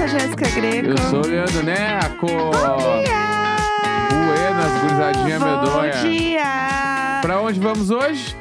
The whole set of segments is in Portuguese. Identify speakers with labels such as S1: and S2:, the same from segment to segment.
S1: é Jéssica Greco.
S2: Eu sou o Leandro Neco.
S1: Bom dia!
S2: Buenas, gurizadinha medonha.
S1: Bom dia!
S2: Pra onde vamos hoje?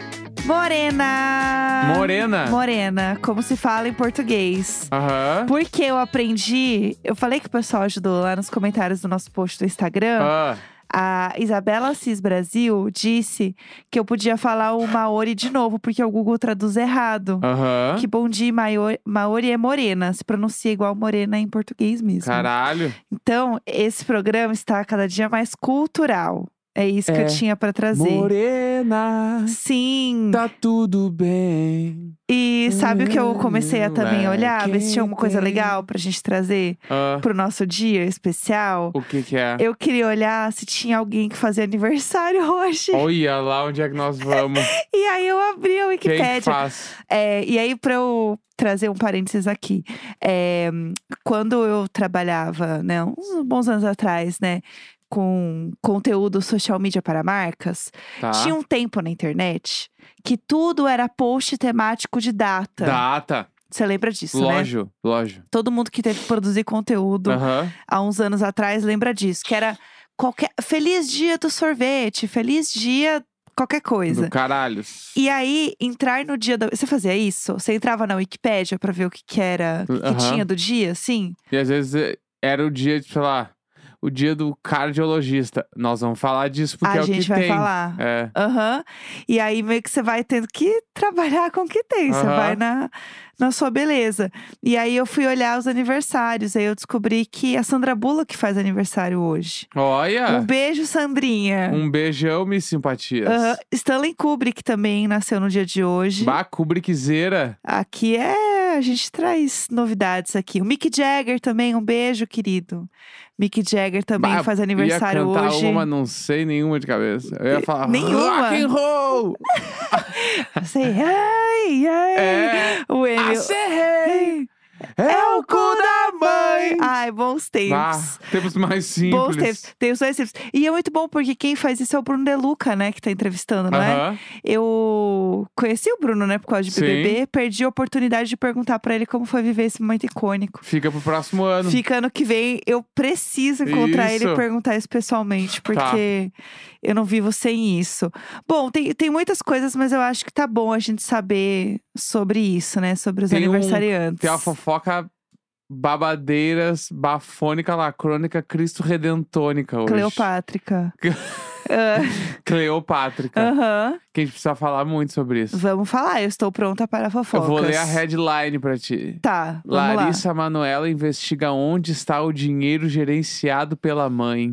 S1: Morena!
S2: Morena.
S1: Morena, como se fala em português.
S2: Aham.
S1: Porque eu aprendi, eu falei que o pessoal ajudou lá nos comentários do nosso post do Instagram.
S2: Ah,
S1: A Isabela Assis Brasil disse que eu podia falar o Maori de novo, porque o Google traduz errado.
S2: Aham.
S1: Que bom dia, Maori, Maori é morena. Se pronuncia igual morena em português mesmo.
S2: Caralho.
S1: Então, esse programa está cada dia mais cultural. É isso que
S2: É.
S1: eu tinha pra trazer.
S2: Morena,
S1: Sim.
S2: tá tudo bem.
S1: E sabe o que eu comecei a também
S2: Hum,
S1: olhar? Ver
S2: quem
S1: se tinha alguma coisa
S2: tem?
S1: legal pra gente trazer
S2: Ah,
S1: pro nosso dia especial.
S2: o que que é?
S1: Eu queria olhar se tinha alguém que fazia aniversário hoje.
S2: Olha lá onde é que nós vamos.
S1: E aí eu abri a
S2: Quem que
S1: Wikipédia.
S2: faz?
S1: É, e aí, pra eu trazer um parênteses aqui. é, quando eu trabalhava, né, uns bons anos atrás, né? Com conteúdo social media para marcas.
S2: Tá.
S1: Tinha um tempo na internet que tudo era post temático de data.
S2: Data.
S1: Você lembra disso, né?
S2: Lojo. Lojo.
S1: Todo mundo que teve que produzir conteúdo
S2: Aham.
S1: há uns anos atrás lembra disso. Que era qualquer. Feliz dia do sorvete, feliz dia qualquer coisa.
S2: Do caralho.
S1: E aí, entrar no dia da. Você fazia isso? Você entrava na Wikipédia pra ver o que, que era, o que, que
S2: Aham.
S1: tinha do dia, assim?
S2: E às vezes eh, era o dia de, sei lá, o dia do cardiologista. Nós vamos falar disso porque
S1: a
S2: é o
S1: gente
S2: que
S1: vai
S2: tem.
S1: falar.
S2: É.
S1: Aham. E aí meio que você vai tendo que trabalhar com o que tem. Você
S2: Aham.
S1: vai na, na sua beleza. E aí eu fui olhar os aniversários. Aí eu descobri que é a Sandra Bullock faz aniversário hoje.
S2: Olha,
S1: Um beijo, Sandrinha.
S2: um beijão, me simpatias.
S1: Aham. Stanley Kubrick também nasceu no dia de hoje.
S2: Bah, Kubrickzeira.
S1: Aqui é. A gente traz novidades aqui. O Mick Jagger também, um beijo, querido. Mick Jagger também
S2: Bah,
S1: faz aniversário
S2: ia cantar
S1: hoje.
S2: uma, mas não sei nenhuma de cabeça. Eu ia falar
S1: Nenhuma?
S2: rock and roll.
S1: Sei, ai, ai.
S2: É.
S1: O
S2: A
S1: Emil.
S2: serrei é o cu da mãe.
S1: Ai, bons
S2: Bah,
S1: tempos.
S2: tempos mais Ah, simples.
S1: Bons tempos, tempos mais simples. E é muito bom porque quem faz isso é o Bruno Deluca, né? Que tá entrevistando, não é?
S2: Aham.
S1: Eu conheci o Bruno, né? Por causa de
S2: Sim.
S1: BBB. Perdi a oportunidade de perguntar pra ele como foi viver esse momento icônico.
S2: Fica pro próximo ano.
S1: Fica ano que vem, eu preciso encontrar ele
S2: Isso.
S1: e
S2: Tá.
S1: perguntar isso pessoalmente, porque eu não vivo sem isso. Bom, tem, tem muitas coisas, mas eu acho que tá bom a gente saber sobre isso, né? Sobre os
S2: Tem um-
S1: aniversariantes.
S2: Tem uma fofoca babadeiras, bafônica, lacrônica, Cristo redentônica hoje.
S1: Cleopátrica.
S2: Que-
S1: Ah,
S2: Cleopátrica.
S1: Aham.
S2: Que a gente precisa falar muito sobre isso.
S1: Vamos falar, eu estou pronta para fofocas.
S2: Eu vou ler a headline pra ti.
S1: Tá, vamos
S2: Larissa Manoela investiga onde está o dinheiro gerenciado pela mãe.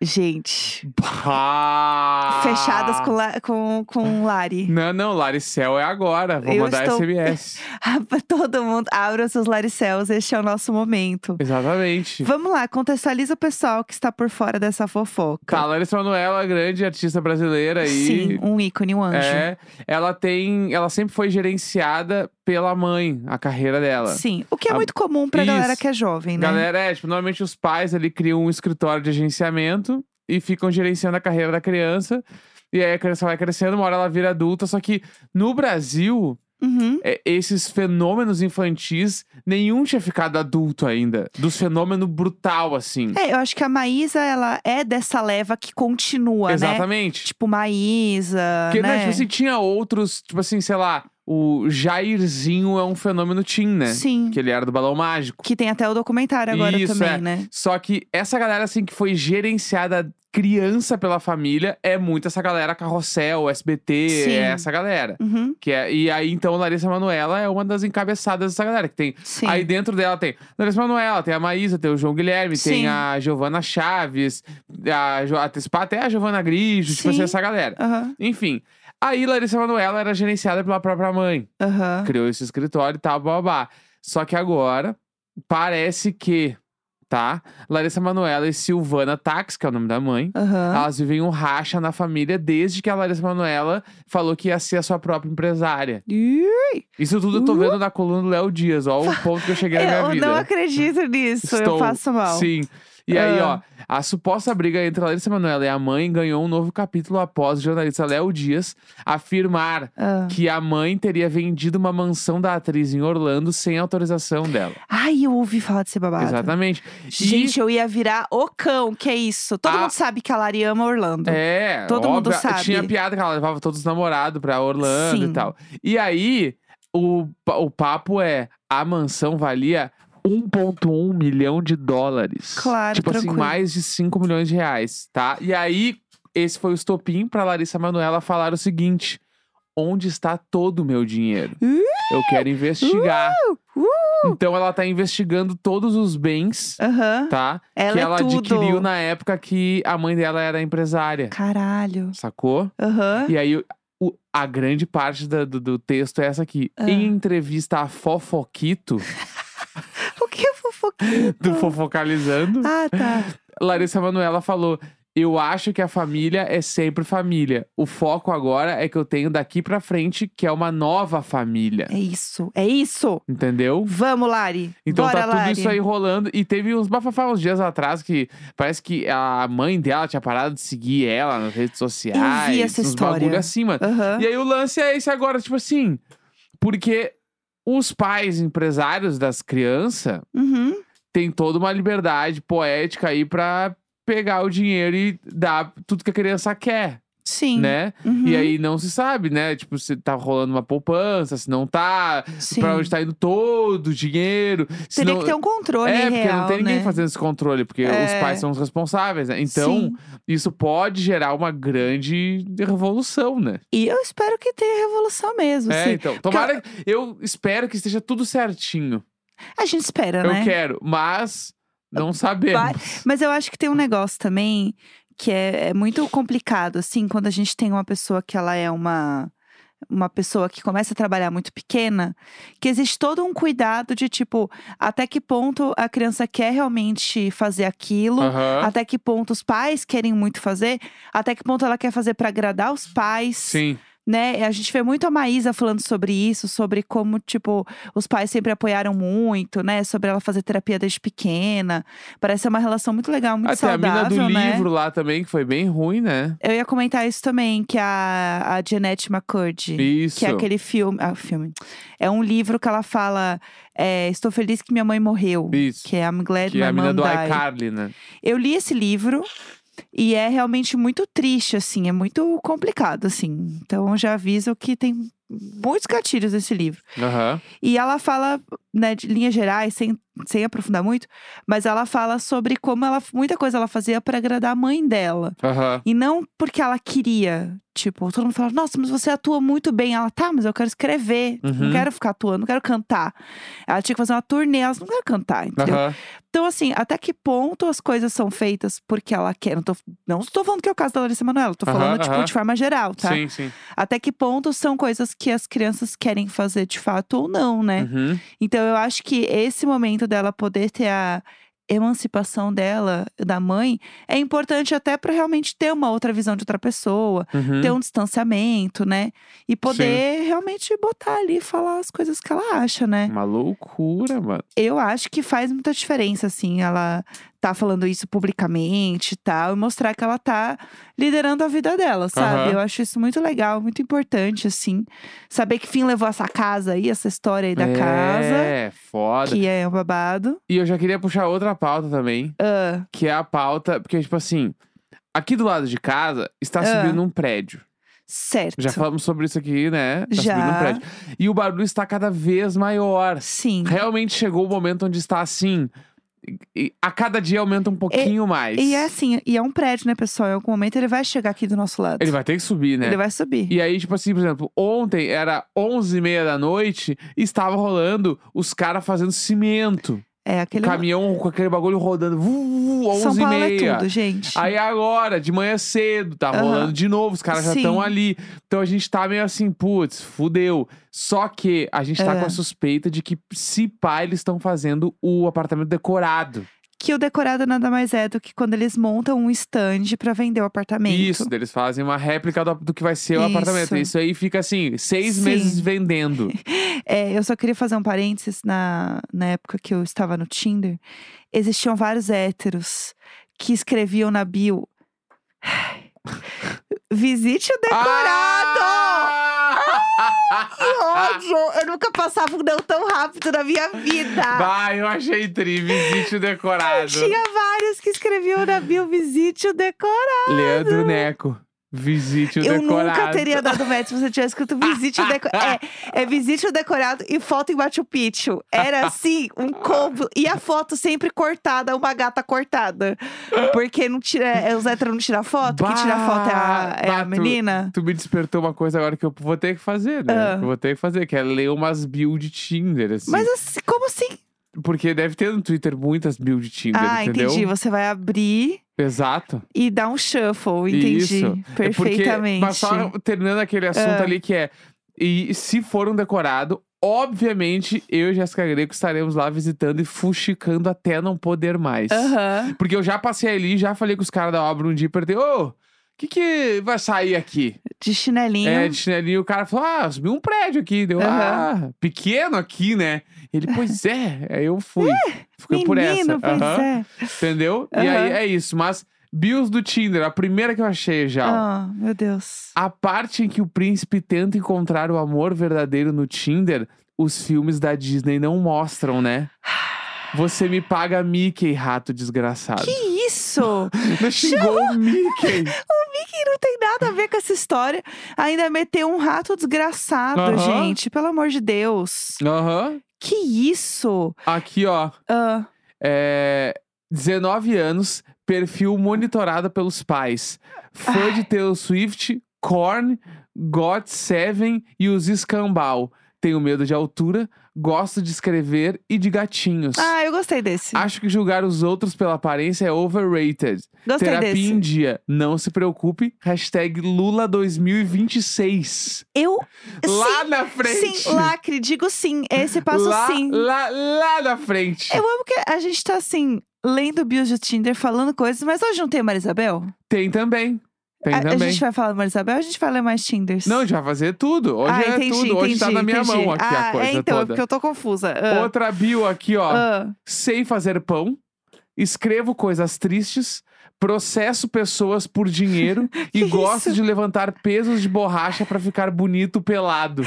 S1: lá. Gente,
S2: Pá!
S1: fechadas com, la... com, com Lari.
S2: Não, não, Laricel é agora. Vou
S1: Eu
S2: mandar
S1: estou-
S2: SMS.
S1: Todo mundo, abra seus Laricels, este é o nosso momento.
S2: Exatamente.
S1: Vamos lá, contextualiza o pessoal que está por fora dessa fofoca.
S2: Tá, Larissa Manoela, grande artista brasileira aí.
S1: Sim, um ícone, um anjo.
S2: É, ela tem. Ela sempre foi gerenciada pela mãe, a carreira dela.
S1: Sim, o que é
S2: A-
S1: muito comum pra galera
S2: Isso.
S1: que é jovem, né?
S2: Galera, é, tipo, normalmente os pais ali criam um escritório de agenciamento e ficam gerenciando a carreira da criança. E aí a criança vai crescendo, uma hora ela vira adulta. Só que no Brasil,
S1: Uhum.
S2: é, esses fenômenos infantis, nenhum tinha ficado adulto ainda. Dos fenômenos brutal, assim.
S1: É, eu acho que a Maísa, ela é dessa leva que continua, né?
S2: Exatamente.
S1: Tipo, Maísa,
S2: Porque,
S1: né?
S2: né, tipo assim, tinha outros, tipo assim, sei lá, o Jairzinho é um fenômeno teen, né?
S1: Sim,
S2: Que ele era do balão mágico.
S1: que tem até o documentário agora
S2: Isso,
S1: também,
S2: é.
S1: né?
S2: Só que essa galera, assim, que foi gerenciada criança pela família, é muito essa galera carrossel, SBT,
S1: Sim.
S2: é essa galera.
S1: Uhum,
S2: Que é, e aí, então, Larissa Manoela é uma das encabeçadas dessa galera. Que tem.
S1: sim.
S2: Aí dentro dela tem Larissa Manoela, tem a Maísa, tem o João Guilherme,
S1: Sim.
S2: tem a Giovana Chaves, a, Jo- a- até a Giovana Grigio, tipo
S1: Sim.
S2: assim, essa galera.
S1: Aham,
S2: Enfim. Aí Larissa Manoela era gerenciada pela própria mãe.
S1: aham.
S2: Criou esse escritório e tal, blá, blá, blá. Só que agora, parece que, tá? Larissa Manoela e Silvana Tax, que é o nome da mãe,
S1: Aham.
S2: elas vivem um racha na família desde que a Larissa Manoela falou que ia ser a sua própria empresária.
S1: Ih,
S2: Isso tudo eu tô vendo na coluna do Léo Dias, ó, o ponto que eu cheguei na minha
S1: Uh! Eu
S2: vida.
S1: não acredito nisso, eu
S2: Estou-
S1: faço mal.
S2: Sim. E aí, ó,
S1: Ah.
S2: a suposta briga entre a Larissa Manoela e a mãe ganhou um novo capítulo após o jornalista Léo Dias afirmar
S1: Ah.
S2: que a mãe teria vendido uma mansão da atriz em Orlando sem autorização dela.
S1: Ai, eu ouvi falar desse babado.
S2: Exatamente.
S1: Gente, eu ia virar o cão, que é isso? Todo
S2: Ah.
S1: mundo sabe que a Lari ama Orlando.
S2: É,
S1: Todo mundo
S2: óbvio,
S1: sabe.
S2: Tinha piada que ela levava todos os namorados pra Orlando e
S1: Sim.
S2: tal. E aí, o, pa- o papo é: a mansão valia 1,1 milhão de dólares.
S1: Claro,
S2: Tipo assim,
S1: tranquilo.
S2: mais de 5 milhões de reais, tá? E aí, esse foi o estopim pra Larissa Manoela falar o seguinte: onde está todo o meu dinheiro?
S1: Uh!
S2: Eu quero investigar.
S1: Uh!
S2: Então ela tá investigando todos os bens,
S1: Aham.
S2: tá?
S1: Ela
S2: que
S1: é
S2: ela
S1: tudo.
S2: adquiriu na época que a mãe dela era empresária.
S1: Caralho.
S2: Sacou?
S1: Aham.
S2: E aí, o- a grande parte da- do, do texto é essa aqui.
S1: Ah.
S2: Em entrevista a Fofoquito,
S1: O que é fofoquinha?
S2: do Fofocalizando,
S1: Ah, tá.
S2: Larissa Manoela falou. Eu acho que a família é sempre família. O foco agora é que eu tenho daqui pra frente, que é uma nova família.
S1: É isso. É isso.
S2: Entendeu?
S1: Vamos, Lari.
S2: Então
S1: Bora,
S2: tá tudo
S1: Lari.
S2: isso aí rolando. E teve uns bafafá uns dias atrás que parece que a mãe dela tinha parado de seguir ela nas redes sociais.
S1: essa
S2: uns
S1: história.
S2: bagulho assim, acima.
S1: Aham.
S2: E aí o lance é esse agora, tipo assim, porque os pais empresários das crianças
S1: Uhum.
S2: têm toda uma liberdade poética aí pra pegar o dinheiro e dar tudo que a criança quer,
S1: Sim.
S2: né?
S1: Uhum.
S2: E aí não se sabe, né? Tipo, se tá rolando uma poupança, se não tá,
S1: Sim.
S2: pra onde tá indo todo o dinheiro. Se
S1: Teria
S2: não...
S1: que ter um controle
S2: É,
S1: real,
S2: porque não tem ninguém
S1: né?
S2: fazendo esse controle, porque os
S1: É.
S2: pais são os responsáveis, né? Então,
S1: Sim.
S2: isso pode gerar uma grande revolução, né?
S1: E eu espero que tenha revolução mesmo,
S2: É,
S1: assim.
S2: então. Tomara. Eu espero que esteja tudo certinho.
S1: A gente espera,
S2: Eu
S1: né?
S2: quero, mas não sabemos.
S1: Vai- Mas eu acho que tem um negócio também que é, é muito complicado, assim, quando a gente tem uma pessoa que ela é uma. Uma pessoa que começa a trabalhar muito pequena, que existe todo um cuidado de tipo, até que ponto a criança quer realmente fazer aquilo,
S2: Aham.
S1: até que ponto os pais querem muito fazer, até que ponto ela quer fazer pra agradar os pais
S2: Sim.
S1: né? A gente vê muito a Maísa falando sobre isso, sobre como, tipo, os pais sempre apoiaram muito, né? Sobre ela fazer terapia desde pequena. Parece ser uma relação muito legal, muito
S2: Até
S1: saudável,
S2: Ah, a mina do
S1: né?
S2: livro lá também, que foi bem ruim, né?
S1: Eu ia comentar isso também, que a, a Jeanette McCurdy.
S2: Isso.
S1: Que é aquele filme. Ah, filme. É um livro que ela fela. é, Estou feliz que minha mãe morreu.
S2: Isso.
S1: Que é I'm Glad
S2: Que é
S1: My
S2: a mina
S1: Mom
S2: do
S1: Died.
S2: iCarly, né?
S1: Eu li esse livro e é realmente muito triste, assim, é muito complicado, assim. Então eu já aviso que tem muitos gatilhos nesse livro.
S2: Aham.
S1: E ela fala, né, de linhas gerais, sem, sem aprofundar muito, mas ela fala sobre como ela muita coisa ela fazia para agradar a mãe dela.
S2: Aham.
S1: E não porque ela queria. Tipo, todo mundo fala, nossa, mas você atua muito bem. Ela, tá, mas eu quero escrever.
S2: Uhum.
S1: Não quero ficar atuando, não quero cantar. Ela tinha que fazer uma turnê, elas não querem cantar, entendeu?
S2: Aham.
S1: Então, assim, até que ponto as coisas são feitas porque ela quer? Não, tô, não estou falando que é o caso da Larissa Manoela, tô
S2: Aham,
S1: falando, tipo,
S2: aham.
S1: de forma geral, tá?
S2: Sim, sim.
S1: Até que ponto são coisas que as crianças querem fazer de fato ou não, né?
S2: Uhum.
S1: Então, eu acho que esse momento dela poder ter a emancipação dela, da mãe, é importante até para realmente ter uma outra visão de outra pessoa,
S2: Uhum.
S1: ter um distanciamento, né? E poder realmente botar ali e falar as coisas que ela acha, né?
S2: Uma loucura, mano.
S1: eu acho que faz muita diferença, assim, ela tá falando isso publicamente e tal, e mostrar que ela tá liderando a vida dela, sabe?
S2: Aham.
S1: Eu acho isso muito legal, muito importante, assim. Saber que fim levou essa casa aí, essa história aí da casa,
S2: É, foda.
S1: que é um babado.
S2: E eu já queria puxar outra pauta também,
S1: Ah,
S2: que é a pauta, porque, tipo assim, aqui do lado de casa está
S1: Ah.
S2: subindo um prédio.
S1: certo.
S2: Já falamos sobre isso aqui, né? Tá
S1: Já.
S2: subindo um prédio. E o barulho está cada vez maior.
S1: Sim.
S2: Realmente chegou o momento onde está assim. e- e a cada dia aumenta um pouquinho mais.
S1: E é assim, e é um prédio, né, pessoal? Em algum momento ele vai chegar aqui do nosso lado.
S2: Ele vai ter que subir, né?
S1: Ele vai subir.
S2: E aí, tipo assim, por exemplo, ontem era 11h30 da noite e estava rolando os caras fazendo cimento.
S1: É aquele.
S2: Caminhão com aquele bagulho rodando. Vu, vu, 11h30.
S1: São Paulo é tudo, gente.
S2: Aí agora, de manhã cedo, tá
S1: Aham.
S2: rolando de novo, os caras já
S1: Sim.
S2: estão ali. Então a gente tá meio assim, putz, fudeu. Só que a gente tá
S1: É.
S2: com a suspeita de que, se pá, eles estão fazendo o apartamento decorado.
S1: Que o decorado nada mais é do que quando eles montam um stand pra vender o apartamento.
S2: Isso, eles fazem uma réplica do, do que vai ser o
S1: Isso.
S2: apartamento. Isso aí fica assim, seis
S1: Sim.
S2: meses vendendo.
S1: É, eu só queria fazer um parênteses na, na época que eu estava no Tinder. Existiam vários héteros que escreviam na bio. Visite o decorado!
S2: Ah!
S1: Que ódio! Eu nunca passava um não tão rápido na minha vida!
S2: Vai, eu achei tri, visite o decorado.
S1: Tinha vários que escreviam na bio Visite o decorado.
S2: Leandro Neco, visite o
S1: eu
S2: decorado.
S1: nunca teria dado match se você tivesse escrito Visite o decorado. É, é Visite o decorado e foto em Machu Picchu. Era assim, um combo. E a foto sempre cortada, uma gata cortada. Porque não tira, é, os héteros não tiram foto? Quem tira foto é a, é a
S2: Bah, tu-
S1: menina?
S2: Tu me despertou uma coisa agora que eu vou ter que fazer, né?
S1: Ah.
S2: Eu vou ter que fazer, que é ler umas build Tinder, assim.
S1: Mas assim, como assim?
S2: Porque deve ter no Twitter muitas build Tinder,
S1: ah,
S2: entendeu?
S1: entendi. Você vai abrir
S2: Exato.
S1: e dar um shuffle, entendi.
S2: Isso. É porque-
S1: Perfeitamente.
S2: mas só terminando aquele assunto
S1: Ah.
S2: ali que é. E se for um decorado, obviamente eu e Jéssica Greco estaremos lá visitando e fuxicando até não poder mais.
S1: Aham.
S2: Porque eu já passei ali, já falei com os caras da obra um dia e perguntei, ô, o que, que vai sair aqui?
S1: De chinelinho.
S2: É, de chinelinho, o cara falou, ah, subiu um prédio aqui. Deu,
S1: Aham.
S2: ah, pequeno aqui, né? Ele, pois é. Aí eu fui. Fiquei
S1: Menino,
S2: por essa.
S1: pois
S2: Aham.
S1: é.
S2: Entendeu? E
S1: Aham.
S2: aí é isso. Mas Bills do Tinder, a primeira que eu achei já. ó.
S1: Ah, meu Deus.
S2: A parte em que o príncipe tenta encontrar o amor verdadeiro no Tinder, os filmes da Disney não mostram, né? Você me paga Mickey, rato desgraçado.
S1: Que isso?
S2: Ainda Xingou o Mickey.
S1: Mickey não tem nada a ver com essa história. Ainda meteu um rato desgraçado,
S2: Aham.
S1: gente. Pelo amor de Deus.
S2: Aham.
S1: Que isso?
S2: Aqui, ó.
S1: Ah,
S2: É... 19 anos, perfil monitorado pelos pais. Fã de Taylor Swift, Korn, God Seven e os escambau. Tenho medo de altura, gosto de escrever e de gatinhos.
S1: ah, eu gostei desse.
S2: Acho que julgar os outros pela aparência é overrated.
S1: gostei
S2: Terapia
S1: desse.
S2: em dia. Não se preocupe. Hashtag Lula 2026.
S1: Eu.
S2: Lá
S1: sim,
S2: na frente.
S1: Sim, lacre, digo sim. Esse passo
S2: lá,
S1: sim.
S2: Lá, lá na frente.
S1: Eu amo que a gente tá assim, lendo bios de Tinder, falando coisas, mas hoje não tem Marisabel?
S2: Tem também. Tem
S1: A, a
S2: também.
S1: gente vai falar do Marisabel ou a gente vai ler mais Tinders?
S2: Não, a gente vai fazer tudo. Hoje
S1: ah,
S2: é
S1: entendi,
S2: tudo. Hoje
S1: entendi,
S2: tá na minha
S1: entendi.
S2: mão aqui
S1: ah,
S2: a coisa
S1: é, então, é
S2: toda.
S1: porque eu tô confusa. Ah,
S2: Outra bio aqui, ó.
S1: ah.
S2: Sei fazer pão. Escrevo coisas tristes. Processo pessoas por dinheiro e
S1: Que
S2: gosto
S1: isso?
S2: de levantar pesos de borracha pra ficar bonito pelado.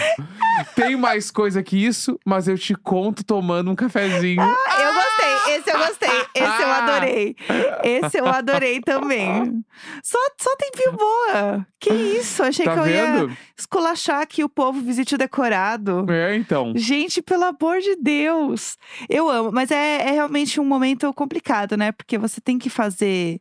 S2: Tem mais coisa que isso, mas eu te conto tomando um cafezinho.
S1: Eu gostei, esse eu gostei, esse eu adorei. Esse eu adorei também. Só, só tem pio boa. Que isso, achei
S2: tá
S1: que eu ia
S2: vendo?
S1: esculachar aqui o povo visite o decorado.
S2: É, então.
S1: Gente, pelo amor de Deus! Eu amo, mas é, é realmente um momento complicado, né? Porque você tem que fazer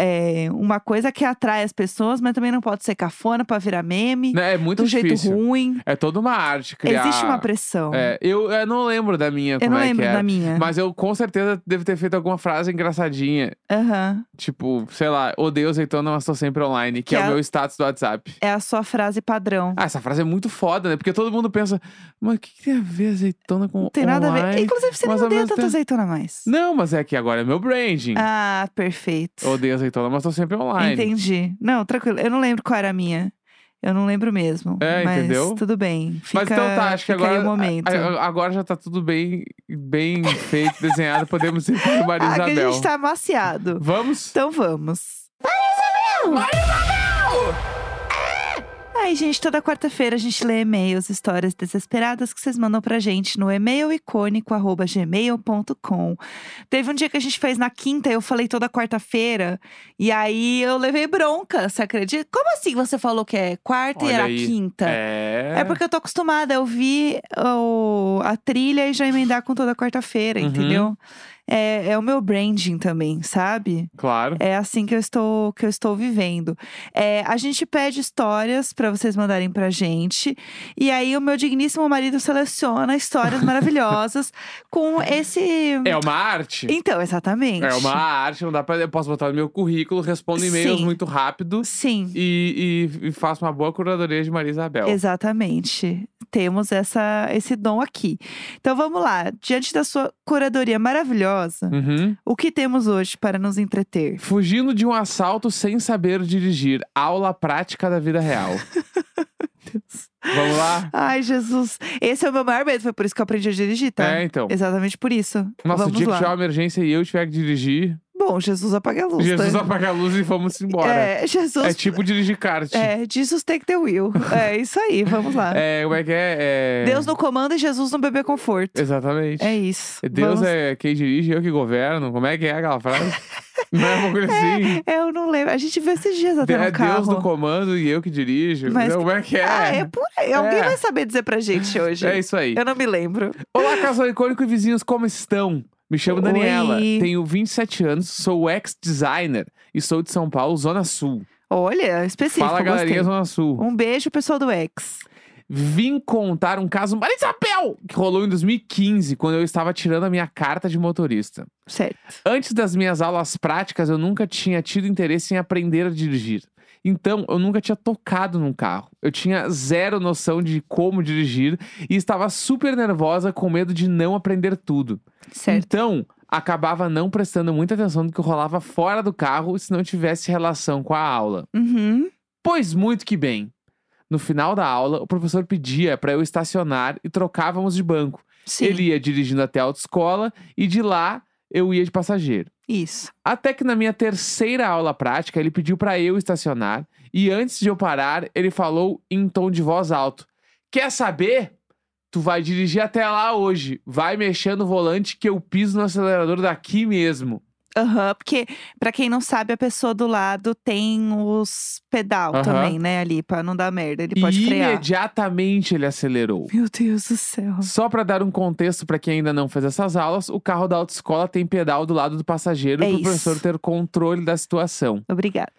S1: é, uma coisa que atrai as pessoas, mas também não pode ser cafona pra virar meme,
S2: Né, É muito
S1: do um jeito
S2: difícil.
S1: ruim.
S2: É toda uma arte criar.
S1: Existe uma pressão.
S2: É, eu, eu não lembro da minha
S1: eu
S2: como
S1: não
S2: é
S1: lembro
S2: que
S1: da
S2: era.
S1: minha.
S2: Mas eu com certeza devo ter feito alguma frase engraçadinha.
S1: Aham.
S2: Tipo, sei lá, odeio azeitona, mas tô sempre online, que,
S1: Que
S2: é, o
S1: é-
S2: meu status do WhatsApp.
S1: É a sua frase padrão.
S2: Ah, essa frase é muito foda, né? Porque todo mundo pensa, mas o que, que tem a ver azeitona com
S1: Não tem nada a ver.
S2: online?"
S1: Inclusive, você
S2: mas
S1: não
S2: ao
S1: odeia
S2: mesmo
S1: tanto
S2: tempo-
S1: azeitona mais.
S2: Não, mas é que agora é meu branding.
S1: Ah, perfeito.
S2: Odeio azeitona, mas tô sempre online.
S1: Entendi. Não, tranquilo. Eu não lembro qual era a minha. Eu não lembro mesmo.
S2: É,
S1: mas
S2: entendeu?
S1: tudo bem. Fica,
S2: mas então tá, acho que
S1: fica
S2: agora,
S1: aí o momento.
S2: a- a- agora já tá tudo bem, bem feito, desenhado. Podemos ir para Maria
S1: Ah, que a
S2: Isabel.
S1: gente tá amaciado.
S2: Vamos?
S1: Então vamos. Ai, gente, toda quarta-feira a gente lê e-mails, histórias desesperadas que vocês mandam pra gente no e-mail icônico@gmail.com. Teve um dia que a gente fez na quinta, eu falei toda quarta-feira, e aí eu levei bronca, você acredita? Como assim você falou que é quarta e
S2: Olha
S1: era
S2: aí.
S1: quinta?
S2: É.
S1: É porque eu tô acostumada a ouvir o- a trilha e já emendar com toda quarta-feira,
S2: Uhum.
S1: entendeu? É, é o meu branding também, sabe?
S2: Claro.
S1: É assim que eu estou que eu estou vivendo. É, a gente pede histórias para vocês mandarem pra gente. E aí o meu digníssimo marido seleciona histórias maravilhosas com esse.
S2: É uma arte.
S1: Então, exatamente.
S2: É uma arte, não dá pra. Eu posso botar no meu currículo, respondo e-mails
S1: Sim.
S2: muito rápido
S1: Sim,
S2: e, é e- e faço uma boa curadoria de Maria Isabel.
S1: exatamente. Temos essa, esse dom aqui. Então vamos lá. Diante da sua curadoria maravilhosa.
S2: Uhum.
S1: O que temos hoje para nos entreter?
S2: Fugindo de um assalto sem saber dirigir. Aula prática da vida real. Vamos lá?
S1: Ai, Jesus. Esse é o meu maior medo. Foi por isso que eu aprendi a dirigir, tá?
S2: É, então.
S1: Exatamente por isso.
S2: Nossa, o
S1: Vamos
S2: dia
S1: lá.
S2: que tiver uma emergência e eu tiver que dirigir,
S1: Bom, Jesus apaga a luz.
S2: Jesus
S1: tá?
S2: apaga a luz e vamos embora.
S1: É, Jesus.
S2: É tipo dirigir kart.
S1: É, Jesus take the wheel. É isso aí, vamos lá.
S2: É, como é que é? É-
S1: Deus no comando e Jesus no bebê conforto.
S2: Exatamente.
S1: É isso.
S2: Deus
S1: Vamos-
S2: é quem dirige, eu que governo. Como é que é aquela frase? Não é uma coisa assim?
S1: Eu não lembro. A gente viu esses dias até
S2: De-
S1: no
S2: é
S1: tá carro.
S2: Deus no comando e eu que dirijo.
S1: Mas-
S2: Como é que é?
S1: Ah, é por aí. Alguém
S2: É.
S1: vai saber dizer pra gente hoje.
S2: É isso aí.
S1: Eu não me lembro.
S2: Olá, casal icônico e vizinhos, como estão? Me chamo Daniela,
S1: Oi.
S2: tenho 27 anos, sou ex-designer e sou de São Paulo, Zona Sul.
S1: Olha, específico.
S2: Fala,
S1: gostei.
S2: galerinha Zona Sul.
S1: Um beijo, pessoal do X.
S2: Vim contar um caso Marisabel que rolou em 2015, quando eu estava tirando a minha carta de motorista.
S1: Certo.
S2: Antes das minhas aulas práticas, eu nunca tinha tido interesse em aprender a dirigir. Então, eu nunca tinha tocado num carro. Eu tinha zero noção de como dirigir e estava super nervosa com medo de não aprender tudo.
S1: Certo.
S2: Então, acabava não prestando muita atenção no que rolava fora do carro se não tivesse relação com a aula.
S1: Uhum.
S2: Pois muito que bem. No final da aula, o professor pedia para eu estacionar e trocávamos de banco.
S1: Sim.
S2: Ele ia dirigindo até a autoescola e de lá eu ia de passageiro.
S1: Isso.
S2: Até que na minha terceira aula prática, ele pediu pra eu estacionar e antes de eu parar, ele falou em tom de voz alto: Quer saber? Tu vai dirigir até lá hoje. Vai mexer no volante que eu piso no acelerador daqui mesmo.
S1: Aham, porque pra quem não sabe, a pessoa do lado tem os pedal
S2: Aham.
S1: também, né, ali, pra não dar merda. Ele pode
S2: e
S1: frear.
S2: imediatamente ele acelerou.
S1: Meu Deus do céu.
S2: Só pra dar um contexto pra quem ainda não fez essas aulas, o carro da autoescola tem pedal do lado do passageiro
S1: É
S2: para o
S1: isso.
S2: professor ter controle da situação.
S1: Obrigada.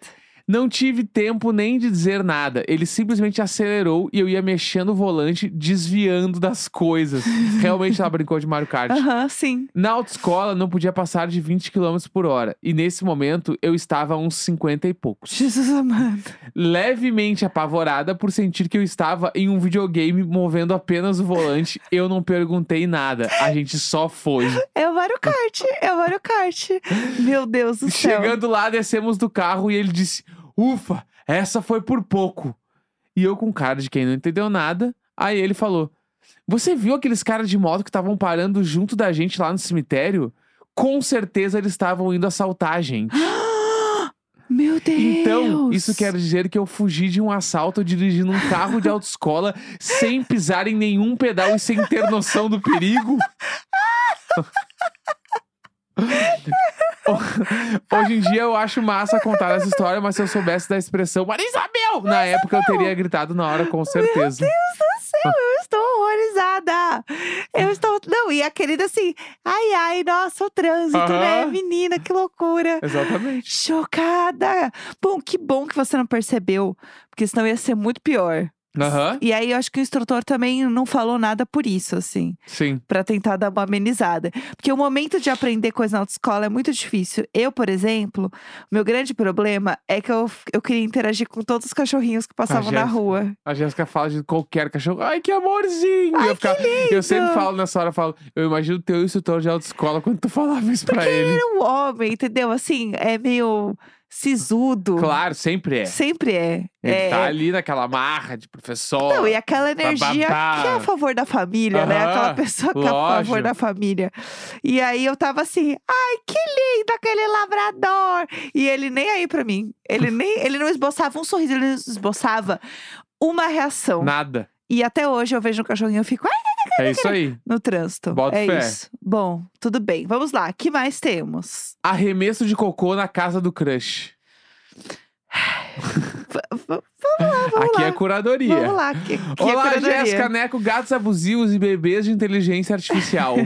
S2: Não tive tempo nem de dizer nada. Ele simplesmente acelerou e eu ia mexendo o volante, desviando das coisas. Realmente ela brincou de Mario Kart.
S1: Aham, sim.
S2: Na autoescola não podia passar de 20 km por hora. E nesse momento eu estava a uns 50 e poucos.
S1: Jesus amado.
S2: Levemente apavorada por sentir que eu estava em um videogame movendo apenas o volante, eu não perguntei nada. A gente só foi.
S1: É o Mario Kart, é o Mario Kart. Meu Deus do céu.
S2: Chegando lá, descemos do carro e ele disse: Ufa, essa foi por pouco. E eu, com cara de quem não entendeu nada, aí ele falou: Você viu aqueles caras de moto que estavam parando junto da gente lá no cemitério? Com certeza eles estavam indo assaltar a gente.
S1: Meu Deus.
S2: Então, isso quer dizer que eu fugi de um assalto dirigindo um carro de autoescola sem pisar em nenhum pedal e sem ter noção do perigo? Hoje em dia eu acho massa contar essa história, mas se eu soubesse da expressão Marisabel, na época eu teria gritado na hora, com certeza.
S1: Eu estou horrorizada. Eu estou. Não, e a querida assim. Ai, ai, nossa, o trânsito, né?
S2: Aham.
S1: Menina, que loucura.
S2: Exatamente.
S1: Chocada! Bom, que bom que você não percebeu, porque senão ia ser muito pior.
S2: Aham,
S1: E aí eu acho que o instrutor também não falou nada por isso, assim,
S2: sim.
S1: pra tentar dar uma amenizada. Porque o momento de aprender coisa na autoescola é muito difícil. Eu, por exemplo, meu grande problema é que eu, eu queria interagir com todos os cachorrinhos que passavam na
S2: Jéssica.
S1: rua.
S2: A Jéssica fala de qualquer cachorro. Ai, que amorzinho! eu, ficava- eu sempre falo nessa hora, eu falo, eu imagino o teu instrutor de autoescola quando tu falava isso pra ele.
S1: Era um homem, entendeu? Assim, é meio sisudo.
S2: Claro, sempre é.
S1: Sempre é.
S2: Ele
S1: é.
S2: tá ali naquela marra de professor.
S1: Não, e é aquela energia
S2: babá.
S1: que é a favor da família, né?
S2: Aham,
S1: Aquela pessoa que é a favor
S2: lógico.
S1: da família. E aí eu tava assim, ai, que lindo aquele labrador! E ele nem aí pra mim. Ele nem, ele não esboçava um sorriso, ele esboçava uma reação.
S2: Nada.
S1: E até hoje eu vejo um cachorrinho e fico, ai,
S2: É isso aí.
S1: no trânsito.
S2: Bota
S1: é
S2: fé.
S1: isso. Bom, tudo bem. Vamos lá, que mais temos?
S2: Arremesso de cocô na casa do crush.
S1: V- v- vamos lá, Então, vamos
S2: Aqui
S1: lá.
S2: é curadoria.
S1: Vamos lá, que, que é
S2: Olá,
S1: curadoria.
S2: Jéssica Neco, gatos abusivos e bebês de inteligência artificial.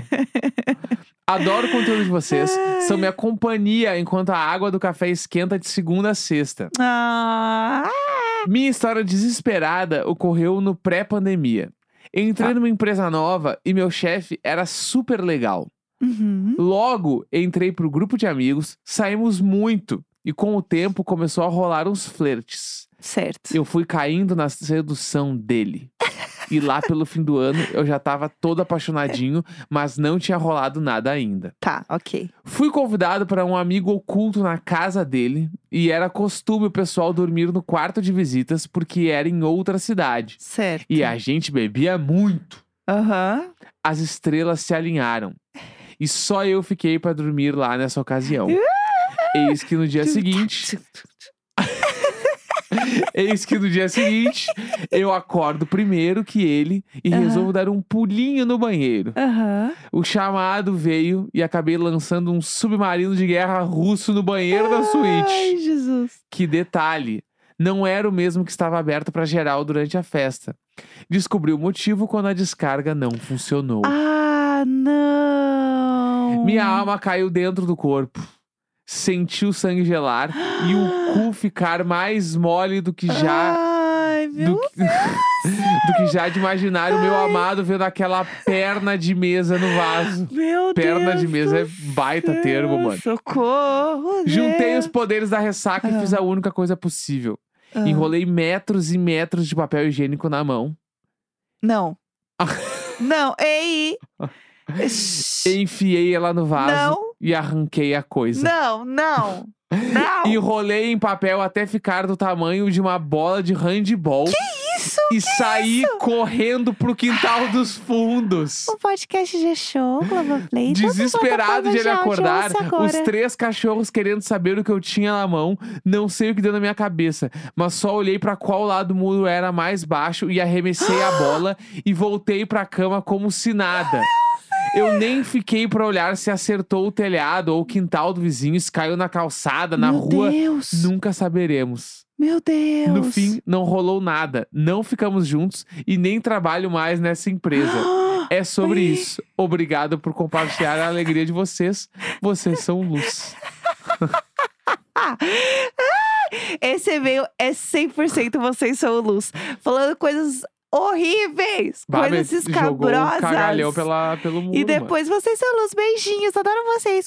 S2: Adoro o conteúdo de vocês. São minha companhia enquanto a água do café esquenta de segunda a sexta.
S1: Ah,
S2: Minha história desesperada ocorreu no pré-pandemia. Entrei
S1: Tá.
S2: numa empresa nova e meu chefe era super legal.
S1: uhum.
S2: Logo, entrei pro grupo de amigos, saímos muito e com o tempo começou a rolar uns flertes.
S1: Certo.
S2: Eu fui caindo na sedução dele. E lá pelo fim do ano eu já tava todo apaixonadinho, mas não tinha rolado nada ainda.
S1: Tá, ok.
S2: Fui convidado para um amigo oculto na casa dele e era costume o pessoal dormir no quarto de visitas porque era em outra cidade.
S1: Certo.
S2: E a gente bebia muito.
S1: Aham.
S2: As estrelas se alinharam. E só eu fiquei para dormir lá nessa ocasião. Eis que no dia seguinte, eis que no dia seguinte, eu acordo primeiro que ele e
S1: Aham.
S2: resolvo dar um pulinho no banheiro.
S1: Aham.
S2: O chamado veio e acabei lançando um submarino de guerra russo no banheiro da suíte.
S1: Ai, Jesus.
S2: Que detalhe! Não era o mesmo que estava aberto para geral durante a festa. Descobri o motivo quando a descarga não funcionou.
S1: Ah, não.
S2: Minha alma caiu dentro do corpo. Senti o sangue gelar e o cu ficar mais mole do que já.
S1: Ai,
S2: Do
S1: Ah, meu
S2: que, do que já de imaginar o meu amado vendo aquela perna de mesa no vaso.
S1: Meu
S2: Perna
S1: Deus
S2: de mesa é
S1: do
S2: baita
S1: céu,
S2: termo, mano.
S1: Socorro.
S2: Juntei
S1: Deus.
S2: os poderes da ressaca e
S1: Né? Ah.
S2: fiz a única coisa possível.
S1: Ah,
S2: Enrolei metros e metros de papel higiênico na mão.
S1: Não.
S2: Ah.
S1: não, ei.
S2: Enfiei ela no vaso
S1: Não.
S2: e arranquei a coisa.
S1: Não, não. Não.
S2: Enrolei em papel até ficar do tamanho de uma bola de handball.
S1: Isso.
S2: e saí correndo pro quintal dos fundos.
S1: O podcast já é show, Globoplay. Então todas as
S2: Desesperado de ele
S1: plataformas de
S2: acordar,
S1: áudio, ouça agora.
S2: os três cachorros querendo saber o que eu tinha na mão, não sei o que deu na minha cabeça, mas só olhei pra qual lado do muro era mais baixo e arremessei a bola e voltei pra cama como se nada. Eu nem fiquei pra olhar se acertou o telhado ou o quintal do vizinho, se caiu na calçada, na
S1: Meu
S2: rua.
S1: Deus.
S2: Nunca saberemos.
S1: Meu Deus.
S2: No fim, não rolou nada. Não ficamos juntos e nem trabalho mais nessa empresa. É sobre
S1: Ui.
S2: isso. Obrigado por compartilhar a alegria de vocês. Vocês são luz.
S1: Esse e-mail é 100% vocês são luz. Falando coisas horríveis, coisas
S2: Babet jogou um cagalhão
S1: escabrosas.
S2: pela, pelo mundo.
S1: E
S2: mano.
S1: depois vocês são luz, beijinhos, adoro vocês.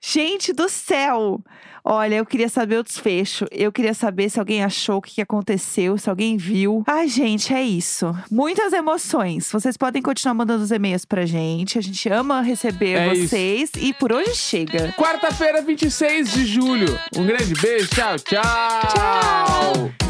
S1: Gente do céu! Olha, eu queria saber o desfecho. Eu queria saber se alguém achou o que que aconteceu, se alguém viu. Ai, gente, é isso. Muitas emoções. Vocês podem continuar mandando os e-mails pra gente. A gente ama receber
S2: É isso.
S1: vocês. E por hoje chega.
S2: Quarta-feira, 26 de julho. Um grande beijo. Tchau, tchau.
S1: Tchau.